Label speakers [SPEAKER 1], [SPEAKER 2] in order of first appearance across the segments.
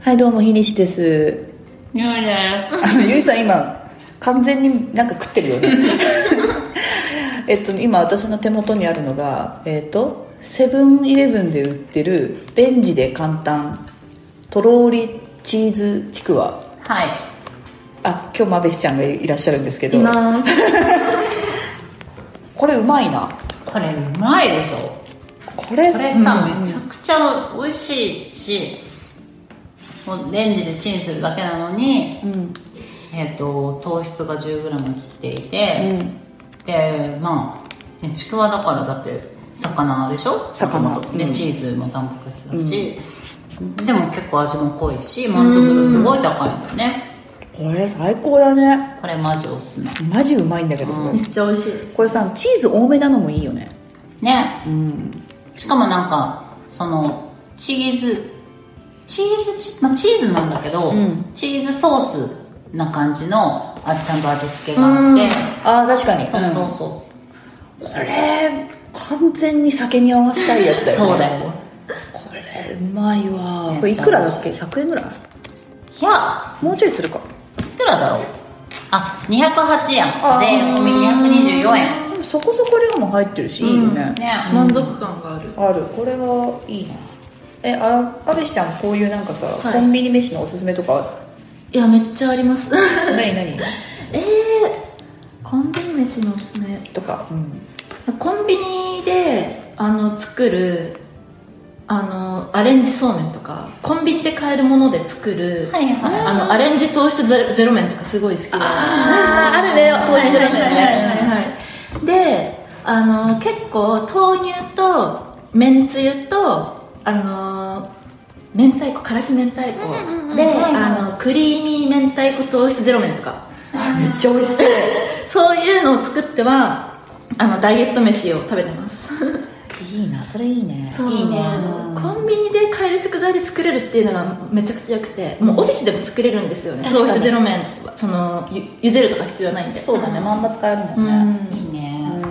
[SPEAKER 1] はいどうもひりしです
[SPEAKER 2] ゆうで
[SPEAKER 1] あのゆいさん今完全になんか食ってる よねえっと今私の手元にあるのがえっとセブンイレブンで売ってるレンジで簡単とろーりチーズちくわ
[SPEAKER 2] すはい
[SPEAKER 1] あ今日まべしちゃんがいらっしゃるんですけど
[SPEAKER 2] います
[SPEAKER 1] これうまいな
[SPEAKER 2] これうまいでしょ
[SPEAKER 1] これ
[SPEAKER 2] これ
[SPEAKER 1] う
[SPEAKER 2] さ、
[SPEAKER 1] ん
[SPEAKER 2] めちゃくちゃ美味しいしもうレンジでチンするだけなのに、
[SPEAKER 1] ん
[SPEAKER 2] えっ、と糖質が 10g 切っていて、でまあ、ね、ちくわだからだって魚でしょ
[SPEAKER 1] 魚
[SPEAKER 2] で、
[SPEAKER 1] うん
[SPEAKER 2] チーズもタンパク質だし、でも結構味も濃いし満足度すごい高いんだよね
[SPEAKER 1] これ最高だね
[SPEAKER 2] これマジおすすめ
[SPEAKER 1] マジうまいんだけど、これ
[SPEAKER 2] っちゃ美味しい
[SPEAKER 1] これさチーズ多めなのもいいよね
[SPEAKER 2] ね、しかもなんかそのチーズチーズチ,、まあ、チーズなんだけど、
[SPEAKER 1] ん
[SPEAKER 2] チーズソースな感じのあちゃんと味付けがあって、
[SPEAKER 1] ああ確かに
[SPEAKER 2] そうそうそ
[SPEAKER 1] うんこれ完全に酒に合わせたいやつだ
[SPEAKER 2] う、
[SPEAKER 1] よね
[SPEAKER 2] そうだよ
[SPEAKER 1] これうまいわこ
[SPEAKER 2] め
[SPEAKER 1] れ
[SPEAKER 2] っ
[SPEAKER 1] い
[SPEAKER 2] ちゃ
[SPEAKER 1] くらだっけ100円ぐらい
[SPEAKER 2] いや
[SPEAKER 1] もうちょいするか
[SPEAKER 2] いくらだろうあ208円
[SPEAKER 1] あー
[SPEAKER 2] 税込み224円
[SPEAKER 1] でもそこそこ量も入ってるしいいよね,、
[SPEAKER 2] ね、
[SPEAKER 3] 満足感がある、
[SPEAKER 1] あるこれはいいなえあ阿部ちゃんこういうなんかさ、
[SPEAKER 3] は
[SPEAKER 1] コ
[SPEAKER 3] い
[SPEAKER 1] ンビニ飯のおすすめとか
[SPEAKER 3] いやめっちゃあります
[SPEAKER 1] 何何
[SPEAKER 3] えー、コンビニ飯のおすすめ
[SPEAKER 1] とか、うん、
[SPEAKER 3] コンビニであの作るあのアレンジそうめんとかコンビニで買えるもので作る、
[SPEAKER 2] はいはい
[SPEAKER 3] あのアレンジ糖質ゼロゼロ麺とかすごい好きで
[SPEAKER 1] あーあるね
[SPEAKER 3] はいはいはいはい
[SPEAKER 1] ね
[SPEAKER 3] はいはいであの結構豆乳とめんつゆとあの明太子からし明太子、で、あのクリーミー明太子糖質ゼロ麺とか
[SPEAKER 1] あめっちゃ美味しそう
[SPEAKER 3] そういうのを作ってはあのダイエット飯を食べてます
[SPEAKER 1] いいなそれいいね
[SPEAKER 3] そう
[SPEAKER 2] いいね
[SPEAKER 3] コンビニで買える食材で作れるっていうのがめちゃくちゃ良くてもうオフィスでも作れるんですよね
[SPEAKER 1] 確か
[SPEAKER 3] 糖
[SPEAKER 1] に
[SPEAKER 3] 質ゼロ麺はそのゆ茹でるとか必要ないんで
[SPEAKER 1] そうだねまんま使えるも
[SPEAKER 3] うん
[SPEAKER 1] ね、
[SPEAKER 3] ん
[SPEAKER 2] いいね、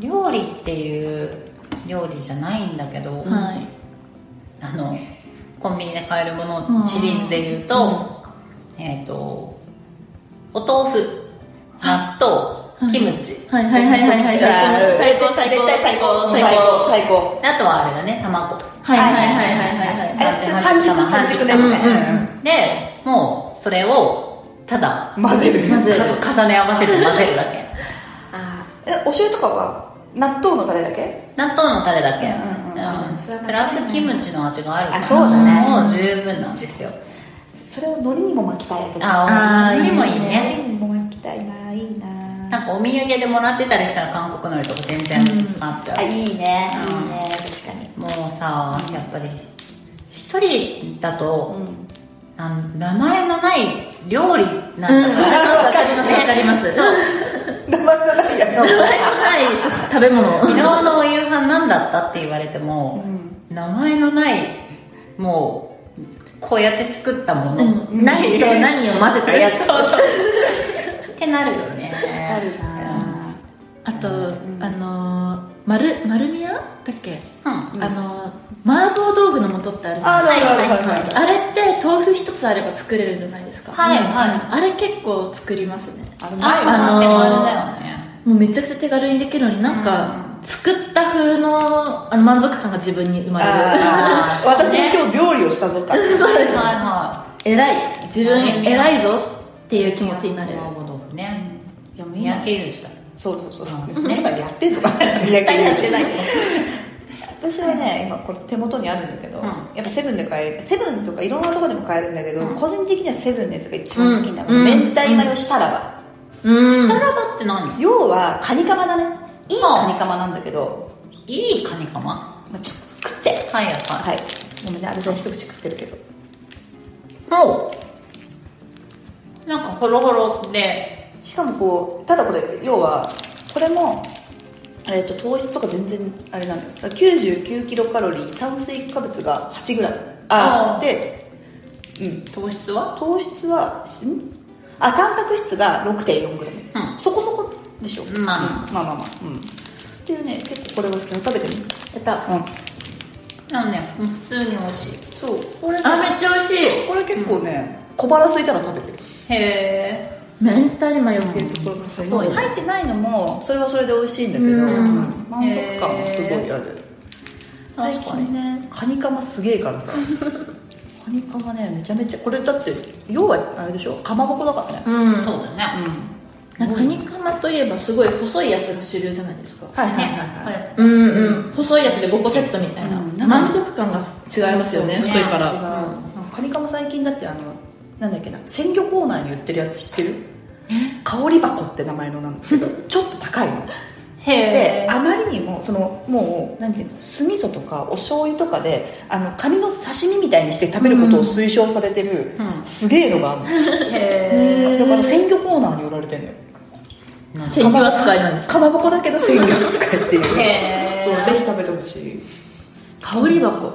[SPEAKER 2] 料理っていう料理じゃないんだけど、
[SPEAKER 3] はい
[SPEAKER 2] あのコンビニで買えるも
[SPEAKER 3] う
[SPEAKER 2] の
[SPEAKER 3] ん
[SPEAKER 2] シリーズで言うと、えっ、とお豆腐納豆、キムチ、
[SPEAKER 3] はいはいはいはいはい
[SPEAKER 2] 最高
[SPEAKER 3] 最高最高
[SPEAKER 1] 絶対最高
[SPEAKER 3] 最
[SPEAKER 1] 最
[SPEAKER 3] 高
[SPEAKER 1] 高最高
[SPEAKER 2] あとはあれだね卵
[SPEAKER 3] はいはいはいはいはいはい
[SPEAKER 1] あれそれ半熟半熟のやつね
[SPEAKER 2] でもうそれをただ
[SPEAKER 1] 混ぜる
[SPEAKER 3] 混ぜる
[SPEAKER 2] 重ね合わせて混ぜるだけ
[SPEAKER 3] あ
[SPEAKER 1] えお醤油とかは納豆のタレだけ
[SPEAKER 2] 納豆のタレだけ、
[SPEAKER 1] うんうんうん
[SPEAKER 2] うん
[SPEAKER 1] それは間違い
[SPEAKER 2] プ
[SPEAKER 1] ない
[SPEAKER 2] ラスキムチの味があるから
[SPEAKER 1] あそうだね
[SPEAKER 2] もう十分なんですよ
[SPEAKER 1] それを海苔にも巻きたい私
[SPEAKER 2] あ
[SPEAKER 3] あー
[SPEAKER 2] おにもいい
[SPEAKER 3] いい
[SPEAKER 2] ね
[SPEAKER 3] ね
[SPEAKER 1] 海苔にも巻きたいないいな
[SPEAKER 2] なんかお土産でもらってたりしたら韓国のりとか全然使っちゃう
[SPEAKER 1] あ、いいね
[SPEAKER 2] うん
[SPEAKER 1] いいね確かに
[SPEAKER 2] もうさやっぱり一人だと、なん名前のない料理な
[SPEAKER 3] ーうんんわ
[SPEAKER 2] だ
[SPEAKER 3] かりますわかります
[SPEAKER 1] 名前のないやつ
[SPEAKER 3] 名前のない食べ物
[SPEAKER 2] 昨日のお夕飯なんだったって言われても、名前のないもうこうやって作ったもの、
[SPEAKER 3] うん何と何を混ぜたやつ
[SPEAKER 2] そうそうってなるよね
[SPEAKER 1] あるな
[SPEAKER 3] あと、あのー、丸丸宮だっけ、
[SPEAKER 2] うん
[SPEAKER 3] あのー、麻婆道具の素ってあるじゃ
[SPEAKER 1] あ
[SPEAKER 3] ない
[SPEAKER 1] るあるある
[SPEAKER 2] はいはい
[SPEAKER 1] ある
[SPEAKER 3] あれって豆腐一つあれば作れるじゃないですか
[SPEAKER 2] はいはい
[SPEAKER 3] うんあれ結構作りますね
[SPEAKER 1] ある
[SPEAKER 2] あ
[SPEAKER 1] な
[SPEAKER 2] る
[SPEAKER 3] あ
[SPEAKER 2] な
[SPEAKER 3] のー
[SPEAKER 2] でもあれだよね
[SPEAKER 3] もうめちゃくちゃ手軽にできるのになんか、作った風のあの満足感が自分に生まれる
[SPEAKER 1] あー
[SPEAKER 2] あー
[SPEAKER 1] 私
[SPEAKER 2] ね
[SPEAKER 1] 今日料理をしたぞか
[SPEAKER 2] はいは
[SPEAKER 3] 偉い自分偉いぞっていう気持ちになれ
[SPEAKER 2] い
[SPEAKER 3] る
[SPEAKER 2] なるほどね
[SPEAKER 1] いやもう
[SPEAKER 2] 三
[SPEAKER 1] 今
[SPEAKER 2] 宅裕司だ
[SPEAKER 1] そうそうそう
[SPEAKER 2] あ
[SPEAKER 1] 今 やってんのかな
[SPEAKER 2] 絶対やってないよ
[SPEAKER 1] 私はね今これ手元にあるんだけど、
[SPEAKER 2] うん
[SPEAKER 1] やっぱセブンで買えるセブンとかいろんなとこでも買えるんだけど、
[SPEAKER 2] うん
[SPEAKER 1] 個人的にはセブンのやつが一番好きなの、
[SPEAKER 3] うん
[SPEAKER 1] 明太マヨしたらば、
[SPEAKER 3] うん
[SPEAKER 2] サラダって何
[SPEAKER 1] 要はカニカマだねいいカニカマなんだけど、
[SPEAKER 2] いいカニカマ
[SPEAKER 1] まあ、ちょっと食って
[SPEAKER 2] はいはい
[SPEAKER 1] はいごめんね私は一口食ってるけど
[SPEAKER 2] もうなんかホロホロで
[SPEAKER 1] しかもこうただこれ要はこれも、えー、と糖質とか全然あれなのよ99キロカロリー炭水化物が 8g あ
[SPEAKER 2] あー
[SPEAKER 1] で、うん、
[SPEAKER 2] 糖質は
[SPEAKER 1] 糖質はんあタンパク質が 6.4g、
[SPEAKER 2] うん
[SPEAKER 1] そこそこでしょ、
[SPEAKER 2] まあ
[SPEAKER 1] うんまあまあまあうんっていうね結構これは好きなの食べてみ
[SPEAKER 3] やった
[SPEAKER 1] うん
[SPEAKER 2] なんね普通に美味しい
[SPEAKER 1] そうこれ
[SPEAKER 3] あめっちゃ美味しい
[SPEAKER 1] これ結構ね、小腹空いたら食べてる
[SPEAKER 2] へえ
[SPEAKER 3] 明太マヨっていうところがすごい
[SPEAKER 1] 入ってないのもそれはそれで美味しいんだけど、
[SPEAKER 3] うん
[SPEAKER 1] 満足感がすごいある
[SPEAKER 2] 確かに
[SPEAKER 1] ねカニカマすげえからさカニカマねめちゃめちゃこれだって要はあれでしょかまぼこだからね
[SPEAKER 3] うん
[SPEAKER 2] そうだね
[SPEAKER 3] なんかカニカマといえばすごい細いやつが主流じゃないですか
[SPEAKER 1] はいはい
[SPEAKER 2] ね
[SPEAKER 1] はいはい
[SPEAKER 3] うんうん細いやつで5個セットみたいな,、
[SPEAKER 1] うんなんか
[SPEAKER 3] 満足感が違いますよね
[SPEAKER 1] そう
[SPEAKER 3] 太いか
[SPEAKER 1] 違う
[SPEAKER 3] ら、
[SPEAKER 1] カニカマ最近だってあのなんだっけな鮮魚コーナーに売ってるやつ知ってる香り箱って名前のなんだ けどちょっと高いの
[SPEAKER 2] へ
[SPEAKER 1] で
[SPEAKER 2] え
[SPEAKER 1] あまりにもそのもうなんていうの酢味噌とかお醤油とかであのカニの刺身みたいにして食べることを推奨されてる、
[SPEAKER 2] うん
[SPEAKER 1] すげえのがあるの、
[SPEAKER 2] へ
[SPEAKER 1] だから鮮魚コーナーに売られてるのよ
[SPEAKER 2] えなんか
[SPEAKER 3] 鮮魚扱いなんです
[SPEAKER 1] かまぼこだけど鮮魚扱いっていう
[SPEAKER 2] へ
[SPEAKER 1] そう
[SPEAKER 2] ー
[SPEAKER 1] ぜひ食べてほしい
[SPEAKER 3] 香り箱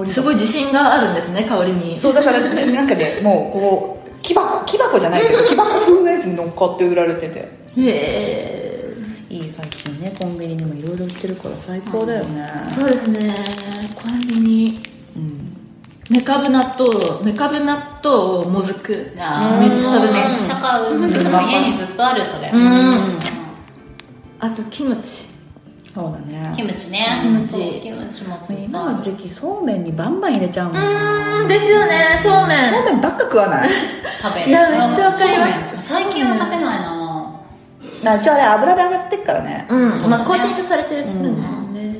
[SPEAKER 1] 香り
[SPEAKER 3] すごい自信があるんですね香りに
[SPEAKER 1] そうだからねなんかねもうこう木箱木箱じゃない けど木箱風のやつに乗っかって売られてて
[SPEAKER 3] へえ
[SPEAKER 1] いい最近ねコンビニにもいろいろ売ってるから最高だよね
[SPEAKER 3] そうですねコンビニ
[SPEAKER 1] うん
[SPEAKER 3] メカブ納豆メカブ納豆をもずくめっち
[SPEAKER 2] あー
[SPEAKER 3] ゃ食べま
[SPEAKER 2] めっ
[SPEAKER 3] す
[SPEAKER 2] ちゃ買う家にずっとあるそれ
[SPEAKER 3] うん
[SPEAKER 2] うん
[SPEAKER 3] あとキムチ
[SPEAKER 1] そうだね
[SPEAKER 2] キムチね
[SPEAKER 3] キムチ
[SPEAKER 2] そうキムチもずっとある
[SPEAKER 1] 今の時期そうめんにバンバン入れちゃうもん
[SPEAKER 3] うんですよねそうめ
[SPEAKER 1] そうめんばっか食わ ない
[SPEAKER 2] 食べる
[SPEAKER 3] いやめっちゃわかります
[SPEAKER 2] そうめん最近は食べないな
[SPEAKER 1] な一応あれ油で揚がってっからね、
[SPEAKER 3] うんまあコーティングされてるんですもんね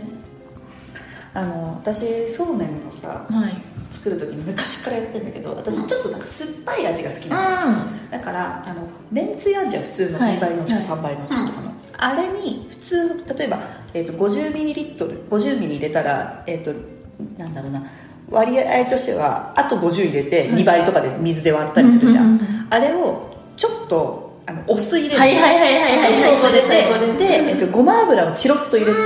[SPEAKER 1] あの私そうめんのさ
[SPEAKER 3] はい
[SPEAKER 1] 作る時に昔からやってんだけど私ちょっとなんか酸っぱい味が好きなの、
[SPEAKER 3] う
[SPEAKER 1] だからあのめんつゆあんじゃん普通の
[SPEAKER 3] はい
[SPEAKER 1] 2倍の人、
[SPEAKER 3] はい
[SPEAKER 1] 3倍の人とかの、あれに普通の例えば、えー、と50ミリリットル50ミリ入れたらえっ、となんだろうな割合としてはあと50入れて
[SPEAKER 3] はい
[SPEAKER 1] 2倍とかで水で割ったりするじゃん、
[SPEAKER 3] うんうんうんうん
[SPEAKER 1] あれをちょっとあのお酢入れて、
[SPEAKER 3] はいはいはいはいはい
[SPEAKER 1] ちょっとお酢
[SPEAKER 3] 最
[SPEAKER 1] 入
[SPEAKER 3] 高
[SPEAKER 1] れ
[SPEAKER 3] です
[SPEAKER 1] てで、えっとごま油をチロッと入れて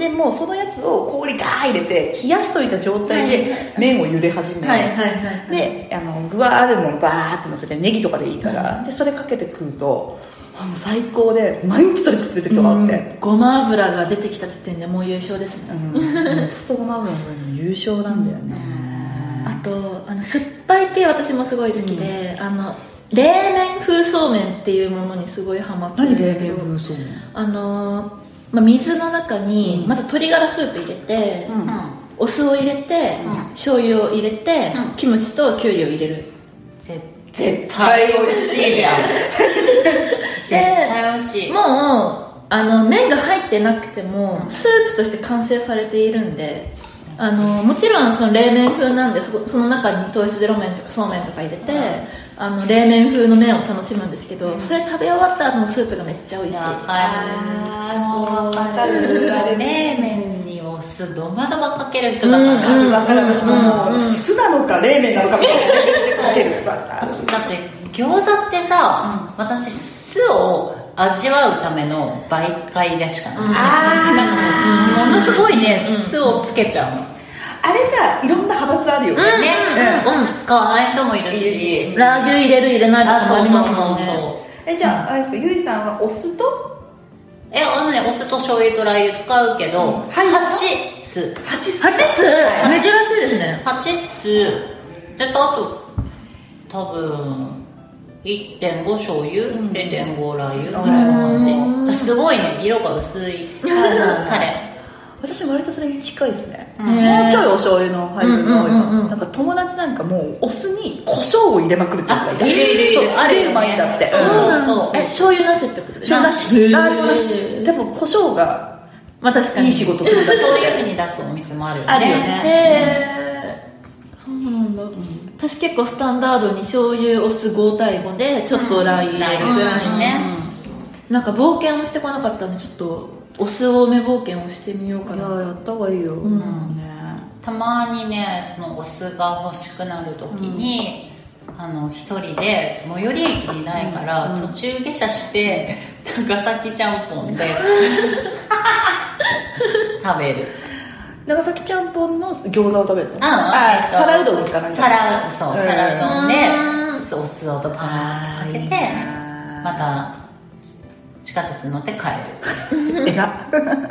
[SPEAKER 1] でもうそのやつを氷ガーッ入れて冷やしといた状態
[SPEAKER 3] は
[SPEAKER 1] で
[SPEAKER 3] い
[SPEAKER 1] 麺を茹で始める、
[SPEAKER 3] んはいはいはい
[SPEAKER 1] であの具はあるのをバーってのせてネギとかでいいから、でそれかけて食うとあもう最高で毎日それ食ってる時とかあって、
[SPEAKER 3] ごま油が出てきた時点でもう優勝です
[SPEAKER 1] う
[SPEAKER 3] ね、
[SPEAKER 1] んもうストーマブの優勝なんだよね、
[SPEAKER 3] あとあの酸っぱい系私もすごい好きで、あの冷麺風そうめんっていうものにすごいハマってるん
[SPEAKER 1] 何
[SPEAKER 3] で
[SPEAKER 1] 冷
[SPEAKER 3] すけ
[SPEAKER 1] 麺
[SPEAKER 3] ど
[SPEAKER 1] 風そうめん
[SPEAKER 3] あのーまあ、水の中にまず鶏ガラスープ入れて、
[SPEAKER 1] うん
[SPEAKER 2] うん
[SPEAKER 3] お酢を入れて、
[SPEAKER 2] ん
[SPEAKER 3] 醤油を入れて、
[SPEAKER 2] うん
[SPEAKER 3] キムチときゅうりを入れる
[SPEAKER 2] 絶
[SPEAKER 1] 絶対美味しい
[SPEAKER 2] やん絶対美味しい
[SPEAKER 3] もうあの麺が入ってなくてもスープとして完成されているんであのもちろんその冷麺風なんでそこその中に糖質ゼロ麺とかそうめんとか入れて、あの冷麺風の麺を楽しむんですけど、それ食べ終わった後のスープがめっちゃ美味しい
[SPEAKER 2] わか
[SPEAKER 1] あーそうわかる
[SPEAKER 2] る冷麺にお酢ドバドバかける人だか
[SPEAKER 3] うん
[SPEAKER 2] ら、
[SPEAKER 1] 分かる私ももう、
[SPEAKER 3] うん
[SPEAKER 1] 酢なのか冷麺なのかみたいなかけるバター
[SPEAKER 2] だって餃子ってさ、私酢を味わうための媒介でしかない、
[SPEAKER 1] あー
[SPEAKER 2] ものすごいね、酢をつけちゃうの、
[SPEAKER 1] あれさいろんな派閥あるよね、
[SPEAKER 2] ね、お酢使わない人もいるし、
[SPEAKER 1] いるし
[SPEAKER 3] ラー油入れる入れないと
[SPEAKER 2] あ
[SPEAKER 3] かも
[SPEAKER 2] そ
[SPEAKER 3] あ
[SPEAKER 2] う
[SPEAKER 3] り
[SPEAKER 2] そ
[SPEAKER 3] ま
[SPEAKER 2] う
[SPEAKER 3] すもんね
[SPEAKER 2] そうそう
[SPEAKER 1] えじゃああれですかゆいさんはお酢と
[SPEAKER 2] えあのねお酢と醤油とラー油使うけど、8
[SPEAKER 1] 蜂
[SPEAKER 2] 酢
[SPEAKER 1] 酢
[SPEAKER 3] 蜂酢珍しいですね
[SPEAKER 2] 8酢でとあと多分1.5醤油、0.5ラー油ぐらいの感じすごいね色が薄いタレ
[SPEAKER 1] 私割とそれに近いですね、
[SPEAKER 2] うん
[SPEAKER 1] もうちょいお醤油の入るの多い
[SPEAKER 3] うんうんうんうん
[SPEAKER 1] なんか友達なんかもうお酢に胡椒を入れまくるってやつがい
[SPEAKER 2] あ
[SPEAKER 1] る
[SPEAKER 2] いるいるいる
[SPEAKER 1] そう
[SPEAKER 2] あ
[SPEAKER 1] あ
[SPEAKER 2] るよね
[SPEAKER 1] れうまいんだって
[SPEAKER 2] そう
[SPEAKER 1] うん
[SPEAKER 2] ん
[SPEAKER 3] そうえ醤油なしってことです
[SPEAKER 1] 醤油だしラー油だ
[SPEAKER 3] へ
[SPEAKER 1] し
[SPEAKER 3] ー
[SPEAKER 1] でも胡椒が
[SPEAKER 3] まあ確かに
[SPEAKER 1] いい仕事するだし
[SPEAKER 2] そ
[SPEAKER 1] っ
[SPEAKER 2] ういうふう
[SPEAKER 1] て
[SPEAKER 2] に出すお店もあるよね
[SPEAKER 1] あるよね
[SPEAKER 3] へーそうなんだ、私結構スタンダードに醤油お酢5対5でちょっとラー油入れるぐらいね、なんか冒険をしてこなかったんでちょっとお酢多め冒険をしてみようか
[SPEAKER 1] いや
[SPEAKER 3] な
[SPEAKER 1] やった方がいいよ、うんね
[SPEAKER 2] たまにねそのお酢が欲しくなる時に、あの一人で最寄り駅にないから、途中下車して長崎ちゃんぽん で食べる
[SPEAKER 1] 長崎ちゃんぽんの餃子を食べるの、
[SPEAKER 2] うん
[SPEAKER 1] あ
[SPEAKER 2] えっと
[SPEAKER 1] 皿うどんかなんか
[SPEAKER 2] 皿うそう皿うどん
[SPEAKER 3] うん
[SPEAKER 2] でお酢をとパーンとかけ
[SPEAKER 1] あーいい
[SPEAKER 2] て
[SPEAKER 1] な
[SPEAKER 2] また地下鉄乗って帰る
[SPEAKER 1] えら